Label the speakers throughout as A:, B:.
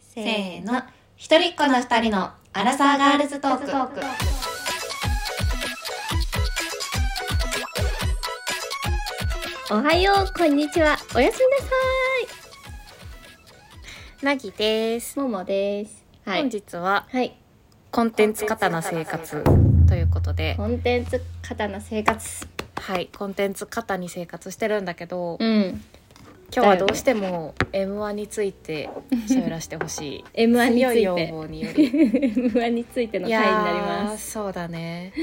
A: せーの一人っ子の二人のアラサーガールズトーク
B: おはようこんにちはおやすみなさ
C: なぎです。
B: いももですは
C: 本
B: い
C: 日は
B: はい
C: コンテンツ過多な生活ということで、
B: コンテンツ型の生活
C: はい、コンテンツ過多に生活してるんだけど、
B: うん
C: 今日はどうしても M1 について喋らせてほしい。
B: M1 につ
C: 強い
B: い
C: 要
B: て
C: 望により
B: M1 についての
C: い
B: 回に
C: や
B: なりま
C: ー
B: す
C: そうだね。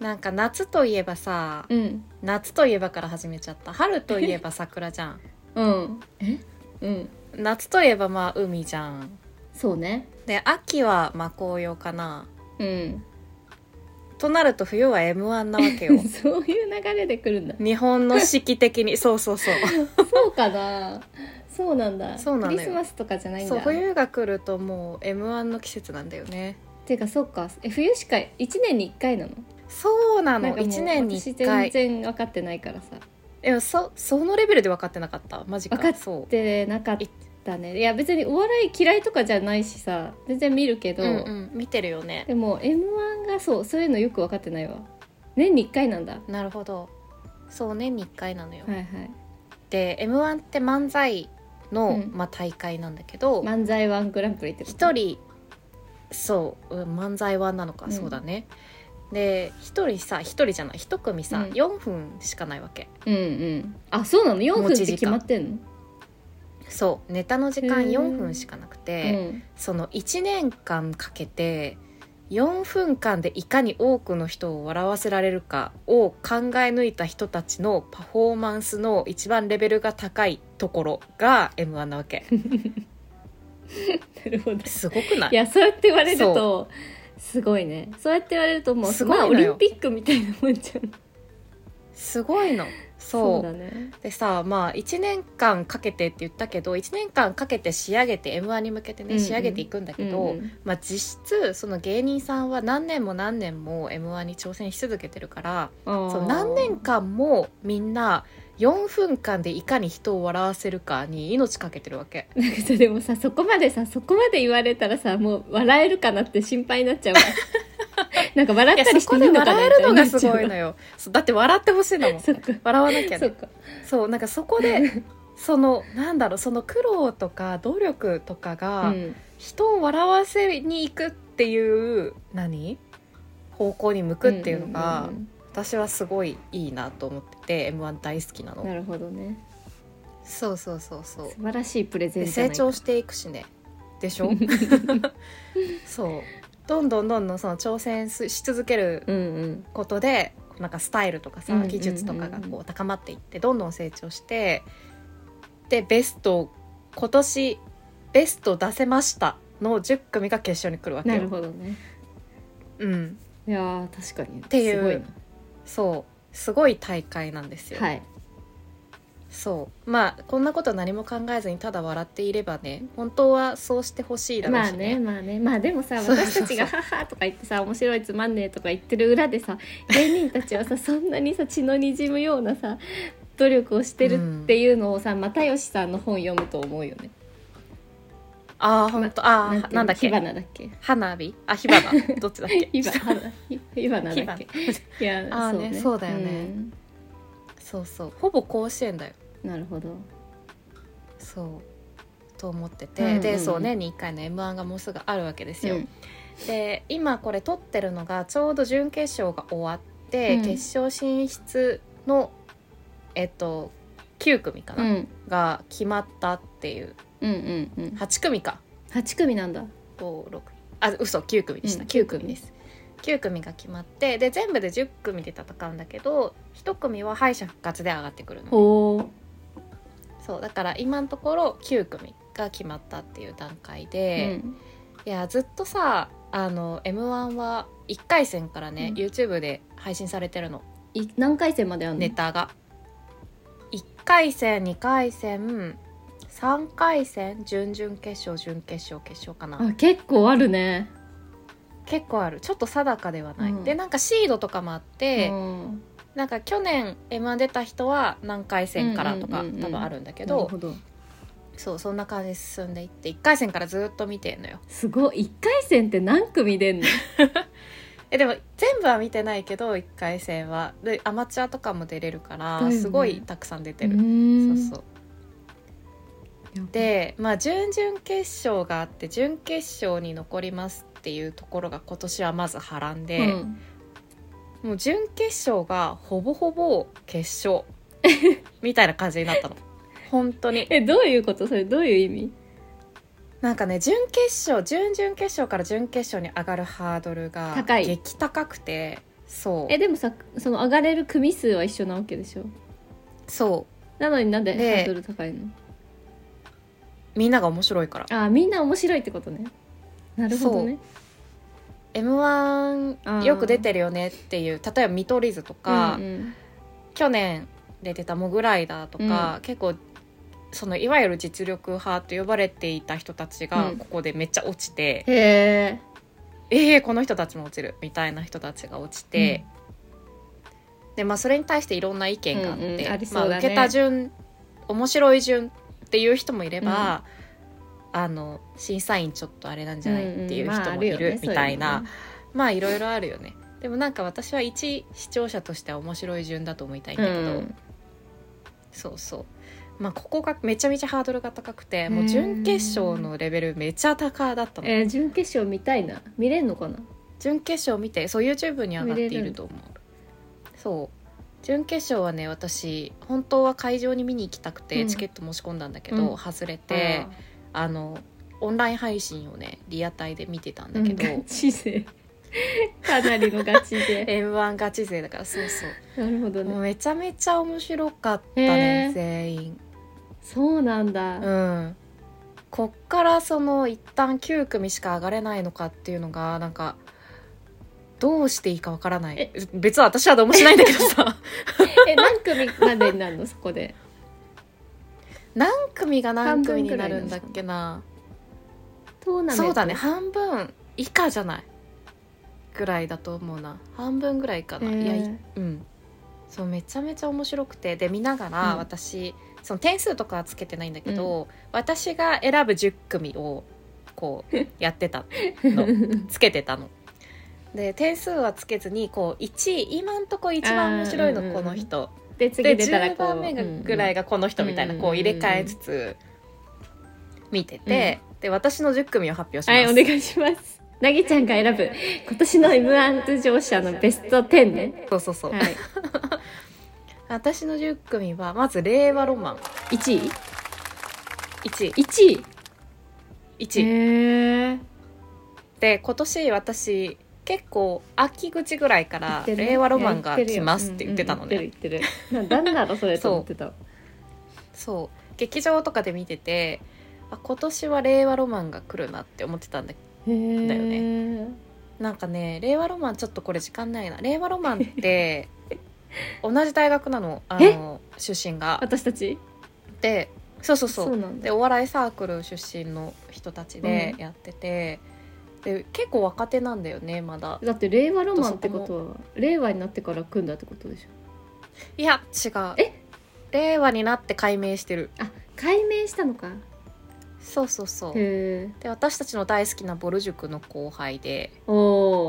C: なんか夏といえばさ、
B: うん
C: 夏といえばから始めちゃった。春といえば桜じゃん。
B: うんえうん
C: 夏といえばまあ海じゃん。
B: そうね
C: で秋はまあ紅葉かな。
B: うん。
C: となると冬は M1 なわけよ
B: そういう流れで来るんだ
C: 日本の四季 的にそうそうそう。
B: そうかなそうなんだ
C: そうなのよ
B: クリスマスとかじゃないん
C: そう
B: だ
C: 冬が来るともう M1 の季節なんだよね
B: ていうかそうかえ冬しか1年に1回なの
C: そうな
B: なん
C: の
B: かもう
C: 1年に
B: 私
C: 1
B: 全
C: 回
B: 然分かってないからさ
C: でもそそのレベルで分かってなかったマジか
B: 分かっ
C: そう
B: でなかったねいや別にお笑い嫌いとかじゃないしさ全然見るけど、
C: うんうん、見てるよね
B: でも m 1がそうそういうのよく分かってないわ年に1回なんだは
C: なるほどそう年に1回なのよ、
B: いはい
C: で m 1って漫才の、
B: うん
C: まあ、大会なんだけど
B: 漫才ワングランプリってこと
C: 1人そううん漫才はなのか、
B: うん
C: そうだねで1人さ1人じゃない1組さ、
B: うん
C: 4分しかないわけ
B: うんうんあそうなの4分っ
C: 持
B: て
C: ち時間
B: 決まってんの
C: そうネタの時間
B: へー
C: 4分しかなくて、
B: うん
C: その1年間かけて4分間でいかに多くの人を笑わせられるかを考え抜いた人たちのパフォーマンスの一番レベルが高いところが m 1な わけ
B: なるほど
C: すごくない
B: いやそうやって言われると
C: そ
B: すごいねそうやって言われるともう
C: すごいの
B: まあ
C: よ
B: オリンピックみたいなもんじゃん
C: すごいのそう
B: だね
C: でさまあ1年間かけてって言ったけど1年間かけて仕上げて m 1に向けて
B: うんう
C: ね
B: ん
C: 仕上げていくんだけど、
B: うんうん
C: まあ、実質その芸人さんは何年も何年も m 1に挑戦し続けてるから
B: あー
C: そう何年間もみんな4分間でいかに人を笑わせるかに命かけてるわけ
B: なんかさでもさそこまでさそこまで言われたらさもう笑えるかなって心配になっ ちゃうわなんか笑
C: い
B: っ
C: や
B: たり
C: そ
B: して
C: こ
B: い
C: で
B: いのかな
C: 笑えるのがすごいの
B: よ
C: よそうだって笑ってほしいんだもん
B: そっか
C: 笑わなきゃ
B: そっ
C: ね
B: か
C: そうなんかそ こでそのなんだろうその苦労とか努力とか
B: う
C: が
B: ん
C: 人を笑わせに行くっていう何方向に向くっていうのが、
B: んうん
C: 私はすごいいいなと思ってて m 1大好きな
B: う
C: の
B: んなるほどね
C: そうそうそうそう
B: 素晴らしいプレゼン
C: で
B: じゃな
C: 成
B: いか
C: 長していくしね でしょそうどんどんどんどんその挑戦すし続ける
B: うんうん
C: ことでなんかスタイルとかさ、
B: うんうんうんうん
C: 技術とかがこう高まっていってどんどん成長してでベスト今年ベスト出せましたの10組が決勝に来るわけよ。
B: なるほどね
C: うん、
B: いやー確かにって
C: いう
B: すごいな
C: そうすごい大会なんですよ。
B: はい
C: そうまあこんなこと何も考えずにただ笑っていればね本当はそうしてほしいだろう
B: まあ
C: し
B: ね
C: ね。
B: まあねまあでもさ
C: そうそう
B: 私
C: そ
B: た
C: う
B: ちが「はは」とか言ってさ「面白いつまんねえ」とか言ってる裏で さ芸人たちはさそんなにさ血のにじむようなさ努力をしてるっていうのをさ又吉さんの本読むと思うよね。
C: ああ本当ああ
B: ていう
C: ー
B: の
C: なんだっけ
B: 火花だっけ
C: 花火 あ火花 どっちだっけ
B: 火
C: ちょっ
B: 花 火花
C: と
B: だっけいや
C: あーねそうだよね
B: ん
C: そうそうほぼ甲子園だよ
B: なるほど
C: そうと思ってて、
B: うんうん
C: でそう年に1回の m 1がもうすぐあるわけですよ、
B: うん
C: で今これ撮ってるのがちょうど準決勝が終わって、
B: うん
C: 決勝進出のえっと9組か
B: う
C: な、
B: ん
C: が決まったっていう
B: うんうんうん
C: 8組か
B: 8組なんだ
C: 56あ嘘9組でした、
B: うん
C: 9組です9組が決まってで全部で10組で戦うんだけど1組は敗者復活で上がってくるの
B: ほう
C: そうだから今のところ9組が決まったっていう段階で、
B: うん
C: いやずっとさあの m 1は1回戦からね、
B: うん
C: YouTube で配信されてるの
B: い何回戦まであんの
C: ネタが、1回戦2回戦3回戦準々決勝準決勝決勝かな
B: あ結構あるね。
C: 結構あるちょっと定かではない、
B: うん
C: でなんかシードとかもあって、
B: うん
C: なんか去年 m 1出た人は何回戦からとか
B: うんうんうんうん
C: 多分あるんだけ
B: な
C: ど
B: るほど
C: そうそんな感じで進んでいって1回戦からずっと見てんのよ
B: すごい1回戦って何組出んの
C: えでも全部は見てないけど1回戦はでアマチュアとかも出れるか
B: だよ
C: ら
B: ね
C: すごいたくさん出て
B: う
C: る、
B: ーん
C: そうそうでまあ準々決勝があって準決勝に残りますっていうところが今年はまず波乱
B: う
C: で、
B: ん
C: もう準決勝がほぼほぼ 決勝みたいな感じになったの本当に
B: えどういうことそれどういう意味
C: なんかね準決勝準々決勝から準決勝に上がるハードルが
B: 高い
C: 激高くてそう
B: えでもさその上がれる組数は一緒なわけでしょ
C: そ
B: なのになんで
C: で
B: ハードル高いの
C: うみんなが面白いから
B: あーみんな面白いってことねなるほどね
C: m
B: あ
C: 1
B: ー
C: よく出てるよねっていう例えば見取り図とか、
B: うんうん
C: 去年出てたモグライダーとか、結構そのいわゆる実力派と呼ばれていた人たちが
B: うん
C: ここでめっちゃ落ちて、
B: へえ
C: えー、この人たちも落ちるみたいな人たちが落ちて、でまあ、それに対していろんな意見があって、
B: うんうんありそ
C: まあ、
B: うだね
C: 受けた順面白い順っていう人もいれば、あの審査員ちょっとあれなんじゃないっていう人もいるみたいな、まあいろいろあるよねでもなんか私は一視聴者としては面白い順だと思いたいんだけど、そうそうまあここがめちゃめちゃハードルが高くてもう準決勝のレベルめちゃ高だったの
B: えー準決勝見たいな見れんのかな
C: 準決勝見てそう YouTube に上がっていると思うそう準決勝はね私本当は会場に見に行きたくて、
B: うん
C: チケット申し込んだんだけど、
B: うん
C: 外れてあのオンライン配信をねリアタイで見てたんだけど、
B: うんガチ勢 かなりのガチ で
C: m 1ガチ勢だからそうそう
B: なるほど
C: も
B: ね
C: うめちゃめちゃ面白かったね
B: へー
C: 全員
B: そうなんだ、
C: うんこっからその一旦9組しか上がれないのかっていうのがなんかどうしていいかわからない別は私はどうもしないんだけどさ
B: え何組までになるのそこで
C: 何組が何組に
B: 半分くら
C: ないるんだっけな
B: トーナメント
C: そうだね半分以下じゃないぐらいだと思うな半分ぐらいかな、
B: へー
C: いやいうんそうめちゃめちゃ面白くてで見ながら
B: うん
C: 私、その点数とかはつけてないんだけど、私が選ぶ10組をこ うやってたのつけてたの。で点数はつけずにこう1位今んとこ一番面白い
B: あーうん
C: の
B: うん
C: この人、
B: で次
C: で
B: 出たら
C: 10
B: こ
C: 番
B: う
C: 目がぐらい
B: が、
C: がこの人みたいな、
B: うん
C: こう入れ替えつつ見てて、で私の10組を発表します。
B: はいお願いし ますなぎちゃんが選ぶ今年の m 1出場者のベスト10ね
C: そうそうそう、
B: はい
C: 私の10組はまず令和ロマン
B: 1位1
C: 1
B: 位
C: 位1位、
B: へー
C: で今年私結構秋口ぐらいから「
B: 言ってる
C: 令和ロマンが来ます」って言ってたのね、
B: うんうん言ってる言ってるな何だろうそれと思ってた
C: そう劇場とかで見ててあ今年は令和ロマンが来るなって思ってたんだけ
B: へー
C: だよどなんかね令和ロマンちょっとこれ時間ないな令和ロマンって 同じ大学なのあの出身が
B: 私たち
C: でそうそうそう
B: なんだ
C: でお笑いサークル出身の人たちでやってて、で結構若手なんだよねまだ
B: だって令和ロマンってことは令和になってから組んだってことでしょ
C: いや違う
B: え
C: 令和になって改名してる
B: あ改名したのか
C: そうそうそう
B: へえ
C: で私たちの大好きなボル塾の後輩で
B: お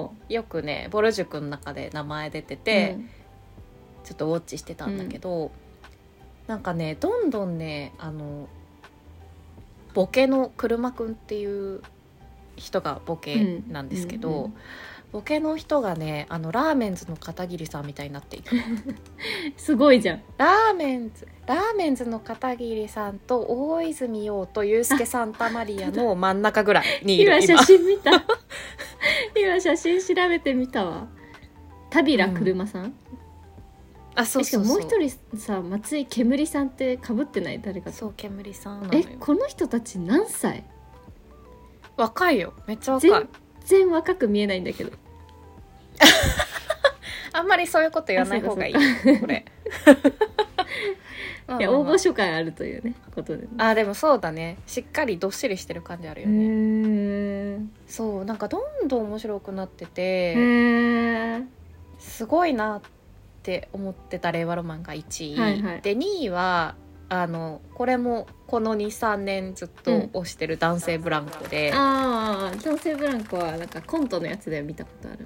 B: お
C: よくねボル塾の中で名前出てて、ちょっとウォッチしてたんだけど、なんかねどんどんねあのボケの車くんっていう人がボケなんですけど、
B: うんうんうん
C: ボケの人がねあのラーメンズの片桐さんみたいになっていく
B: すごいじゃん
C: ラーメンズラーメンズの片桐さんと大泉洋とユースケ・サンタマリ アの真ん中ぐらいにいる
B: 今写
C: 今
B: 真見 た今写真調べてみたわタビラ車さん、
C: あそう
B: えしか
C: そう
B: もも
C: そう
B: う一人さ松井けむりさんってかぶってない誰かと
C: そう煙さんなの
B: え
C: よ
B: この人たち何歳
C: 若いよめっちゃ若い
B: 全然若く見えないんだけど
C: あんまりそういうこと言わない方がいい
B: あ
C: こ
B: い
C: れ
B: や
C: まあまあ
B: 大
C: まあ
B: 御所感あるというねことでね
C: あでもそうだねしっかりどっしりしてる感じある
B: へ
C: よね、
B: ー
C: そうなんかどんどん面白くなってて、
B: へー
C: すごいなって思ってた令和ロマンが1位、
B: はいはい
C: で2位はあのこれもこの23年ずっと推してる男性ブランコで、あ
B: ああ男性ブランコはなんかコントのやつで見たことある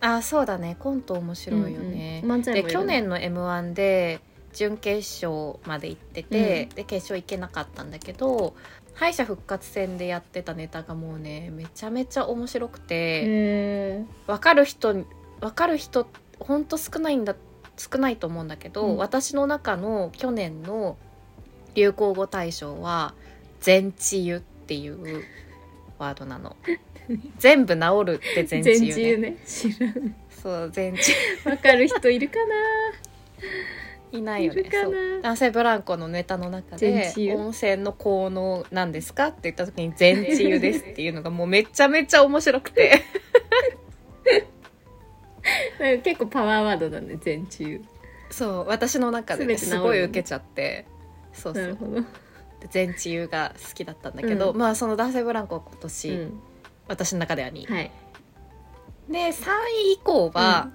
C: あそうだねコント面白いよね、
B: うんうん漫才
C: で
B: もやる
C: 去年の m 1で準決勝まで行ってて、で決勝行けなかったんだけど敗者復活戦でやってたネタがもうねめちゃめちゃ面白くて、
B: へ
C: 分かる人に分かる人ほんと少ないんだ少ないと思うんだけど、
B: うん
C: 私の中の去年の流行語大賞は「全治癒」っていうワード なの。全部治るって
B: え
C: 全治
B: 全
C: 癒、
B: 治
C: ね
B: 癒。ね知らん
C: そう全治
B: わかる人いるかな
C: いないよね
B: いるかな
C: そう男性ブランコのネタの中で
B: 全治癒
C: 「温泉の効能なんですか?」って言った時に「全治癒です」っていうのがもうめちゃめちゃ面白く て
B: なんか結構パワーワードなんで全治癒
C: そう私の中でね、
B: 全て治る
C: すごい受けちゃってそうそ
B: なる
C: う
B: ほど
C: で全治癒が好きだったんだけど、
B: うん
C: まあその男性ブランコは今年、
B: うん
C: 私の中では2位、
B: はい
C: で3位以降は、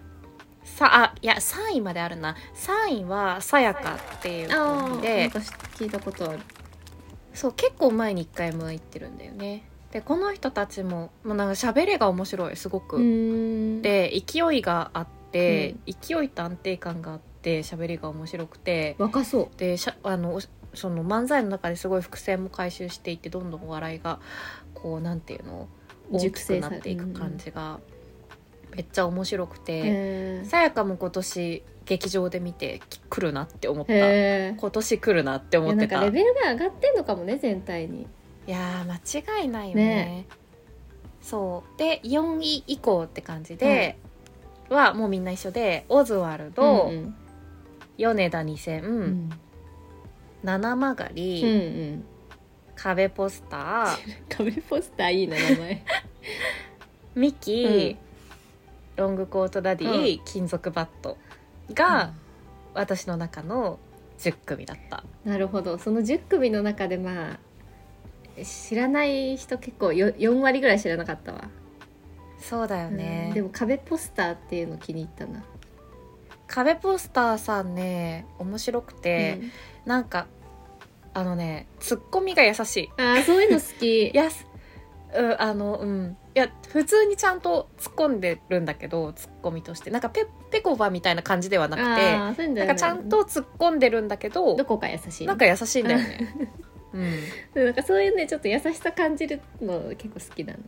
C: さあいや3位まであるな3位は「さやか」っていう
B: あ
C: コンビ
B: ーなん
C: で
B: か聞いたことある
C: そう結構前に1回も行ってるんだよねでこの人たちももうなんか喋りが面白いすごく、
B: ん
C: で勢いがあって、勢いと安定感があって喋りが面白くて
B: 若そう
C: でしゃあのおその漫才の中ですごい伏線も回収していってどんどんお笑いがこうなんていうの大
B: 熟
C: きく
B: 成
C: な
B: さ
C: っていく感じがめっちゃ面白くて、
B: へ
C: さやかも今年劇場で見てき来るなって思った
B: え
C: 今年来るなって思っ
B: な
C: て
B: んか
C: た
B: レ
C: いや
B: ベルが上がってんのかもね全体に
C: ー間違いないよね
B: ね
C: そうで4位以降って感じで、はもうみんな一緒でオズワル
B: う
C: ド、
B: んうん
C: 米田二千、
B: うん
C: 七曲がり、
B: うんうん
C: 壁ポスター
B: 壁ポスターいいな名 前
C: ミ
B: う
C: キ、
B: ん
C: ロングコートダディ、金属バットが、私の中の10組だった
B: なるほどその10組の中でまあ知らない人結構よ4割ぐらい知らなかったわ、
C: そうだよね、
B: うんでも壁ポスターっていうの気に入ったな、
C: 壁ポスターさんね面白くて、
B: うん
C: なんかあのねツッコミが優しい
B: ああそういうの好 き
C: やすうんあのうんいや普通にちゃんと突っ込んでるんだけどツッコミとしてなんかペペコバみたいな感じではなくて
B: あーそういうんだ
C: な
B: よ
C: んか
B: ね
C: ちゃんと突っ込んでるんだけど
B: どこか優しい
C: なんか優しいんだよね。うん、
B: うんなんかそういうねちょっと優しさ感じるの結構好きなの、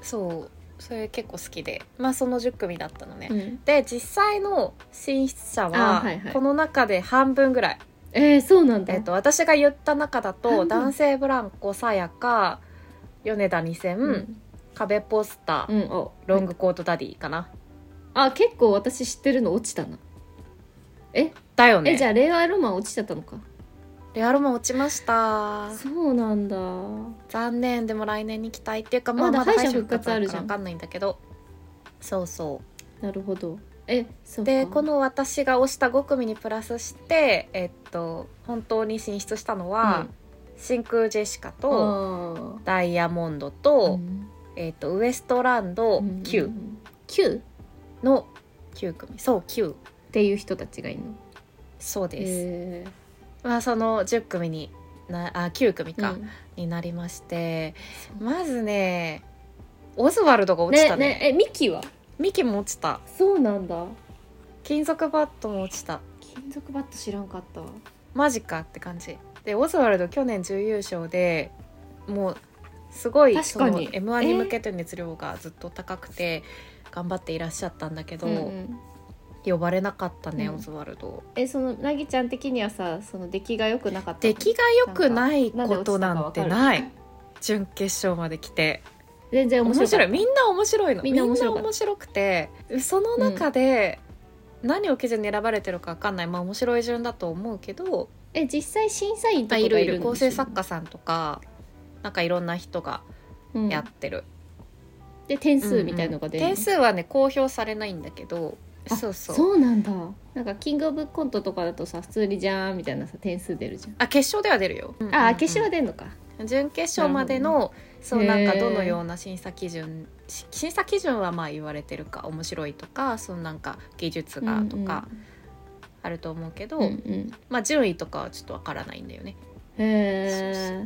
C: そうそれ結構好きでまあその10組だったのね。
B: うん
C: で実際の進出者は
B: あはいはい
C: この中で半分ぐらい、
B: えー、そうなんだ、
C: えっと私が言った中だ
B: 半
C: と
B: 分
C: 男性ブランコさやか米田二千、
B: うん、
C: 壁ポスター、
B: うん、お
C: ロングコートダディかな。
B: あ結構私知ってるの落ちたな
C: だよね。
B: えじゃあ恋愛ロマン落ちちゃったのか
C: レアロマ落ちました
B: そうなんだ
C: 残念でも来年に期待っていうかまあ
B: まだ
C: まだ
B: 敗
C: 敗
B: 者
C: 者
B: 復
C: 復
B: 活
C: 活
B: あ
C: あ
B: る
C: る
B: じ
C: じ
B: ゃ
C: ゃ
B: ん
C: ん分かんないんだけどそうそう
B: なるほどえそうか
C: でこの私が推した5組にプラスして、えっと、本当に進出したのは、真空ジェシカ
B: うん
C: とダイヤモンドと,、えっとウエストランド9
B: 9っ
C: の9組、そう9
B: ていう人たちがいるの
C: そうです、
B: へー
C: まあその10組になあ9組か、
B: うん
C: になりましてまずねオズワルドが落ち
B: ね
C: たね
B: ねえミキは
C: ミキも落ちた
B: そうなんだ
C: 金属バットも落ちた
B: 金属バット知らんかったわ
C: マジかって感じでオズワルド去年準優勝でもうすごい
B: 確かに
C: その m 1に向けて熱量がずっと高くて頑張っていらっしゃったんだけど、
B: うんうん
C: 呼ばれなかったね、
B: うん
C: オズワルド
B: えそのなぎちゃん的にはさその出来が良くなかったの
C: 出来が良くないことなんて
B: な
C: なんい準決勝まで来て
B: 全然面
C: 面
B: 白
C: 白
B: かった
C: いみんな面白いの
B: み
C: み
B: ん
C: ん
B: な
C: な
B: 面
C: 面
B: 白か
C: 白
B: った
C: くてその中で、何を基準に選ばれてるか分かんないまあ面白い順だと思うけど
B: え実際審査員とか
C: まあいるい
B: が
C: る
B: んでしょ
C: 構成作家さんとかなんかいろんな人が
B: うん
C: やってる、
B: で点数みたいのが出るの
C: 点数はね公表されないんだけど
B: あ
C: そうそう
B: そうなんだなんかキングオブコントとかだとさ普通にじゃーんみたいなさ点数出るじゃん
C: あ決勝では出るよ、
B: あ
C: うん
B: あ決勝は出んのか
C: 準決勝までのそう
B: な
C: な
B: る
C: ん
B: ほどね
C: かどのような審査基準し審査基準はまあ言われてるか面白いとかそのなんか技術がとか、あると思うけど、
B: うんうん
C: まあ順位とかはちょっとわからないんだよね。
B: へえ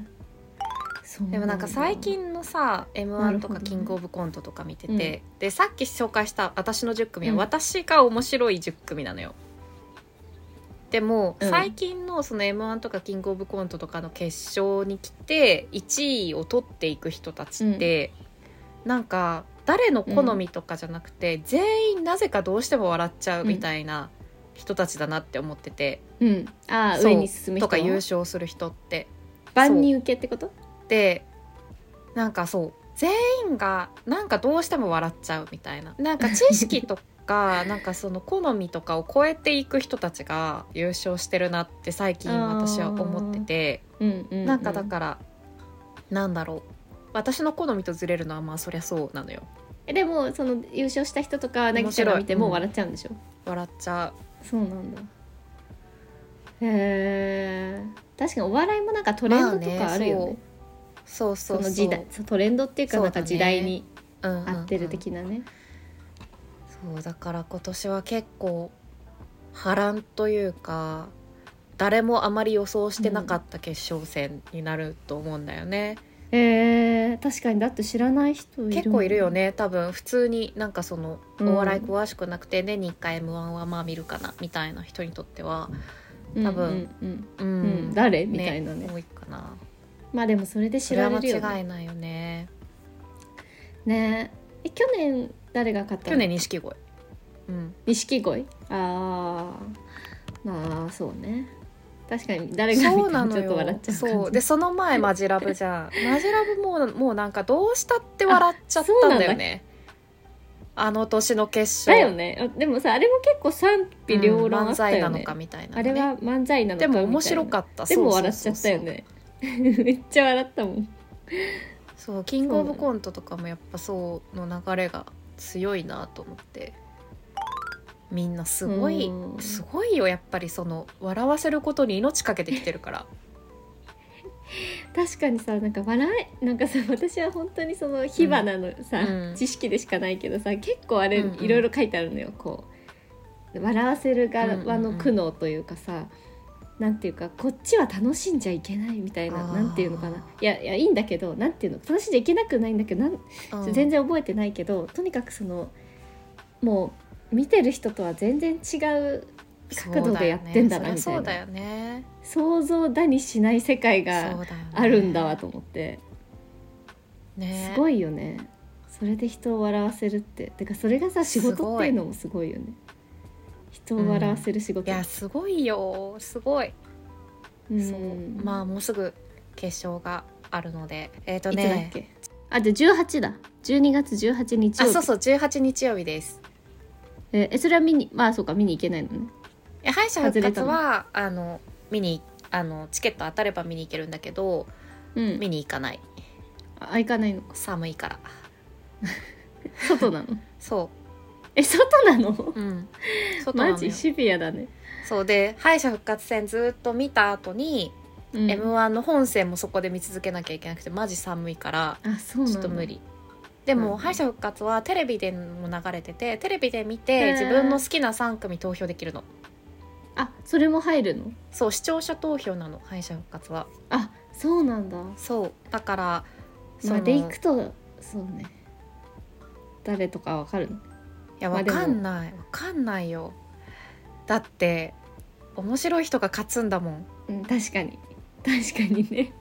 B: そう
C: でもなんか最近のさ m 1と
B: なるほどね
C: かキングオブコントとか見てて、でさっき紹介した私の10組は私が面白い10組なのよ。でも
B: うん
C: 最近のその m 1とかキングオブコントとかの決勝に来て1位を取っていく人たちって、なんか誰の好みとかじゃなくて、全員なぜかどうしても笑っちゃうみたいな人たちだなって思ってて、
B: うんああ
C: そう
B: 上に進む人
C: とか優勝する人って。
B: 万人受けってこと
C: でなんかそう全員がなんかどうしても笑っちゃうみたいななんか知識と かなんかその好みとかを超えていく人たちが優勝してるなって最近私は思ってて
B: うんうんう
C: なんかだから、なんだろう私の好みとずれるのはまあそりゃそうなのよ
B: えでもその優勝した人とかなぎちゃんが見てもう笑っちゃうんでしょ、
C: 笑っちゃ
B: そうなんだへえ確かにお笑いもなんかトレンドとかあるよね,、
C: まあねうそう
B: そ
C: そうそ
B: の
C: う
B: 時代そうトレンドっていうか
C: そう
B: なん
C: だね
B: か時代に合
C: 合
B: ってる的なね
C: そうだから今年は結構波乱というか誰もあまり予想してなかった決勝戦になると思うんだよね、
B: へえ確かにだって知らない人いるもん
C: 結構いるよね多分普通になんかその
B: うん
C: お笑い詳しくなくて年に1回 m 1はまあ見るかなみたいな人にとっては多分
B: うんうん
C: うん、
B: うんうん誰みたいなね
C: 多いかな
B: まあでもそれで
C: そ
B: 知
C: れ
B: ら
C: は
B: れるよ
C: 間
B: ね
C: 違いないよね
B: ねえ去年誰が勝った
C: 去年錦鯉うん
B: 錦鯉ああまあそうね確かに誰が
C: そ
B: 見
C: う
B: て
C: な
B: も
C: の
B: ちょっと笑
C: よ
B: っちゃう感じ
C: そうでその前マジラブ じゃんマジラブもうもうなんかどうしたって笑っちゃったんだよねあの年の決
B: だよ
C: 勝
B: ねあでもさあれも結構賛否両論あ
C: 漫
B: った
C: 才な
B: よ
C: の
B: ね、
C: かみたいな
B: あ
C: ね、
B: れは漫才なのか
C: でも面白
B: っ
C: かった
B: たでも笑っち
C: そ
B: ゃ
C: う
B: っ
C: そ
B: た
C: う
B: よね めっちゃ笑ったもん
C: そうそうキングオブコントとかもやっぱそうの流れが強いなと思ってみんなすごい
B: うん
C: すごいよやっぱりその笑わせることに命かけてきてるから
B: 確かにさなんか笑いなんかさ私は本当にその火花のさ、
C: うん
B: 知識でしかないけどさ結構あれ
C: うんうん
B: いろいろ書いてあるのよ、こう笑わせる側
C: うんうんう
B: の
C: ん
B: 苦悩というかさ、なんていうかこっちは楽しんじゃいけないみたい
C: あ
B: な
C: ー
B: なんていうのかないやいやいいんだけどなんていうの楽しんじゃいけなくないんだけどなん
C: うん
B: 全然覚えてないけどとにかくそのもう見てる人とは全然違う角度でやってんだなみたいな
C: そうだよね
B: 想像だにしない世界
C: そりゃそうだよ
B: が
C: ねそうだよね
B: あるんだわと思って、
C: ね
B: すごいよねそれで人を笑わせるっててかそれがさ仕
C: す
B: 事っ
C: ご
B: て
C: い
B: いうのもすごいよね人を笑わせる仕
C: い
B: 事、
C: やすごいよすごい、
B: うん
C: そうまあもうすぐ決勝があるのでえっ、と
B: いつだっ
C: ね
B: けあじゃあ18だ12月18日曜
C: あ
B: 日
C: そうそう18日曜日です
B: ええそれは見にまあそうか見に行けないのね
C: え敗者復活はあの見にあのチケット当たれば見に行けるんだけど
B: うん
C: 見に行かない
B: あ行かないのか
C: 寒いから
B: 外なの
C: そ
B: え外なの
C: う うん外なのよ
B: マジシビアだね、
C: そうで敗者復活戦ずっと見た後に、
B: うん
C: m 1の本戦もそこで見続けなきゃいけなくてマジ寒いから
B: あそうなの
C: ちょっと無理で
B: うんう
C: も
B: ん
C: 敗者復活はテレビでも流れててテレビで見
B: へー
C: て自分の好きな3組投票できるの
B: あそれも入るの
C: そう視聴者投票なの敗者復活は
B: あそうなんだ
C: そうだからそ
B: ま
C: の
B: あで行くとそうね誰とかわかるの
C: いや
B: まあ
C: わ
B: でも
C: かんないわかんないよだって面白い人が勝つんだもん
B: うん確かに確かにね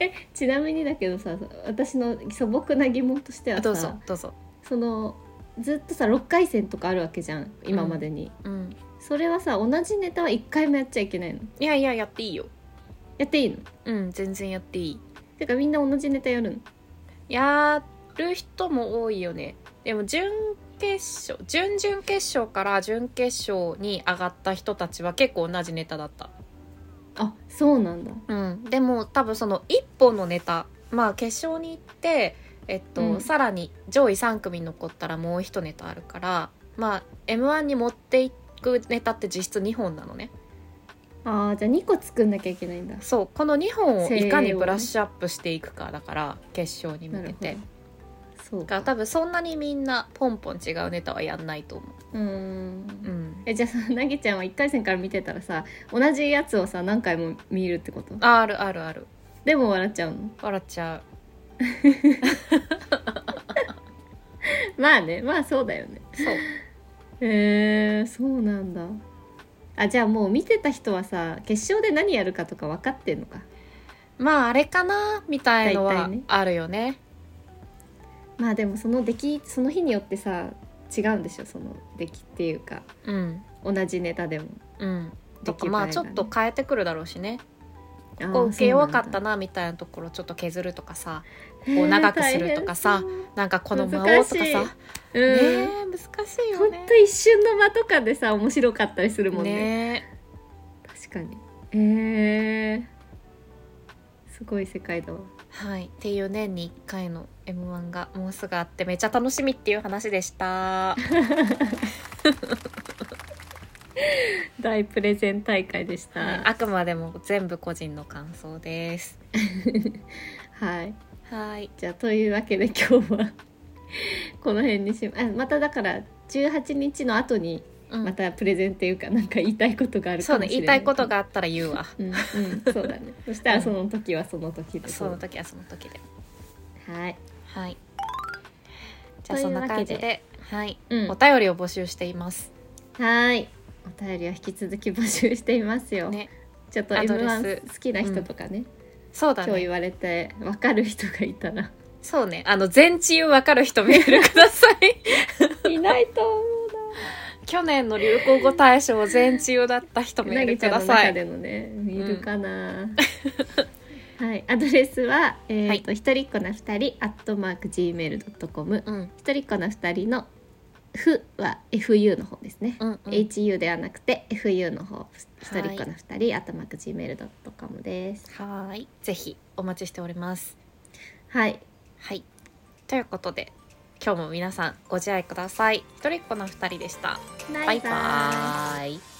B: えちなみにだけどさ私の素朴な疑問としてはさ
C: どうぞどうぞ
B: そのずっとさ6回戦とかあるわけじゃん今までに、
C: うん
B: それはさ同じネタは1回もやっちゃいけないの
C: いやいややっていいよ
B: やっていいの
C: うん全然やっていい
B: てかみんな同じネタやるの
C: やる人も多いよねでも準決勝準々決勝から準決勝に上がった人たちは結構同じネタだった
B: あそうなんだ
C: うん、でも多分その1本のネタまあ決勝に行って、えっと
B: うん
C: さらに上位3組に残ったらもう1ネタあるからまあ m 1に持っていくネタって実質2本なのね
B: あーじゃあ2個作んなきゃいけないんだ
C: そうこの2本を
B: 精鋭をね
C: いかにブラッシュアップしていくかだから決勝に
B: な
C: 向
B: る
C: け
B: ほど
C: て
B: そう
C: だから多分そんなにみんなポンポン違うネタはやんないと思
B: うーん
C: う、うん、
B: えじゃあさなぎちゃんは1回戦から見てたらさ同じやつをさ何回も見るってこと
C: ああるあるある
B: でも笑っちゃうの
C: 笑っちゃ
B: まあねまあそうだよね
C: うそう
B: へえー、そうなんだあじゃあもう見てた人はさ決勝で何やるかとか分かってんのか
C: まああれかなみたいの
B: 大
C: は
B: 体ね
C: あるよね
B: まあでもその出来その日によってさ違うんでしょその出来っていうか
C: うん
B: 同じネタでも
C: うんとか
B: 出来栄え
C: ま
B: が
C: あ
B: ね
C: ちょっと変えてくるだろうしね
B: あー
C: ここ受け弱かった
B: そ
C: なみたいなところちょっと削るとかさ
B: う
C: こう
B: なんだ
C: 長くするとかさなんかこの間を
B: 難
C: とか
B: し
C: さ
B: い
C: ね
B: へー大変
C: え
B: うん
C: 難しい
B: ほ
C: よ
B: ん
C: ね
B: と一瞬の間とかでさ面白かったりするもんね
C: ね
B: 確かにへえすごい世界だわ
C: はいっていう年に1回の m 1がもうすぐあってめっちゃ楽しみっていう話でした
B: 大プレゼン大会でした
C: はい、
B: は
C: あくまでも全部個人の感想です。
B: い
C: はい、
B: じゃあというわけで今日は この辺にしあまただから18日の後に
C: うん
B: またプレゼンっていうかなんか言いたいことがある
C: そ
B: か
C: う
B: も
C: ね
B: しれない
C: 言いたいことがあったら言うわ。
B: うん、うん、そうだねそした
C: う
B: ら
C: ん
B: その時はその時で
C: その時はその時で。
B: はい、
C: はい。じゃあ
B: とい
C: そん
B: うわ
C: な
B: けで
C: 感じで、はい、
B: うん、
C: お
B: は
C: 便りを募集しています。
B: ーいお便りは引き続き募集していますよ、
C: ね、
B: ちょっと
C: アド
B: m
C: レス
B: 1好きな人とかね、
C: そうだ
B: 今日言
C: ね。
B: われて分かる人がいたら
C: そうね。あの全チームわかる人メールくださ い。
B: いないと思
C: 去年の流行語大賞全チームだった人
B: うな な
C: メール
B: ぎち
C: く
B: ゃんの
C: ださ
B: 中
C: い。
B: でのねいるかな、はいアドレスは、えーと一人っ子な二人アットマーク gmail.com
C: うん
B: 一人っ子な二人の「ふ」は FU の方ですね、
C: うんうん。
B: HU ではなくて FU の方一
C: い
B: 人っ子の二人アットマーク gmail.com です
C: はーい。ぜひお待ちしております。
B: はい
C: はい。ということで、今日も皆さんご自愛ください。一人っ子の二人でした。
B: バ
C: バイバーイ。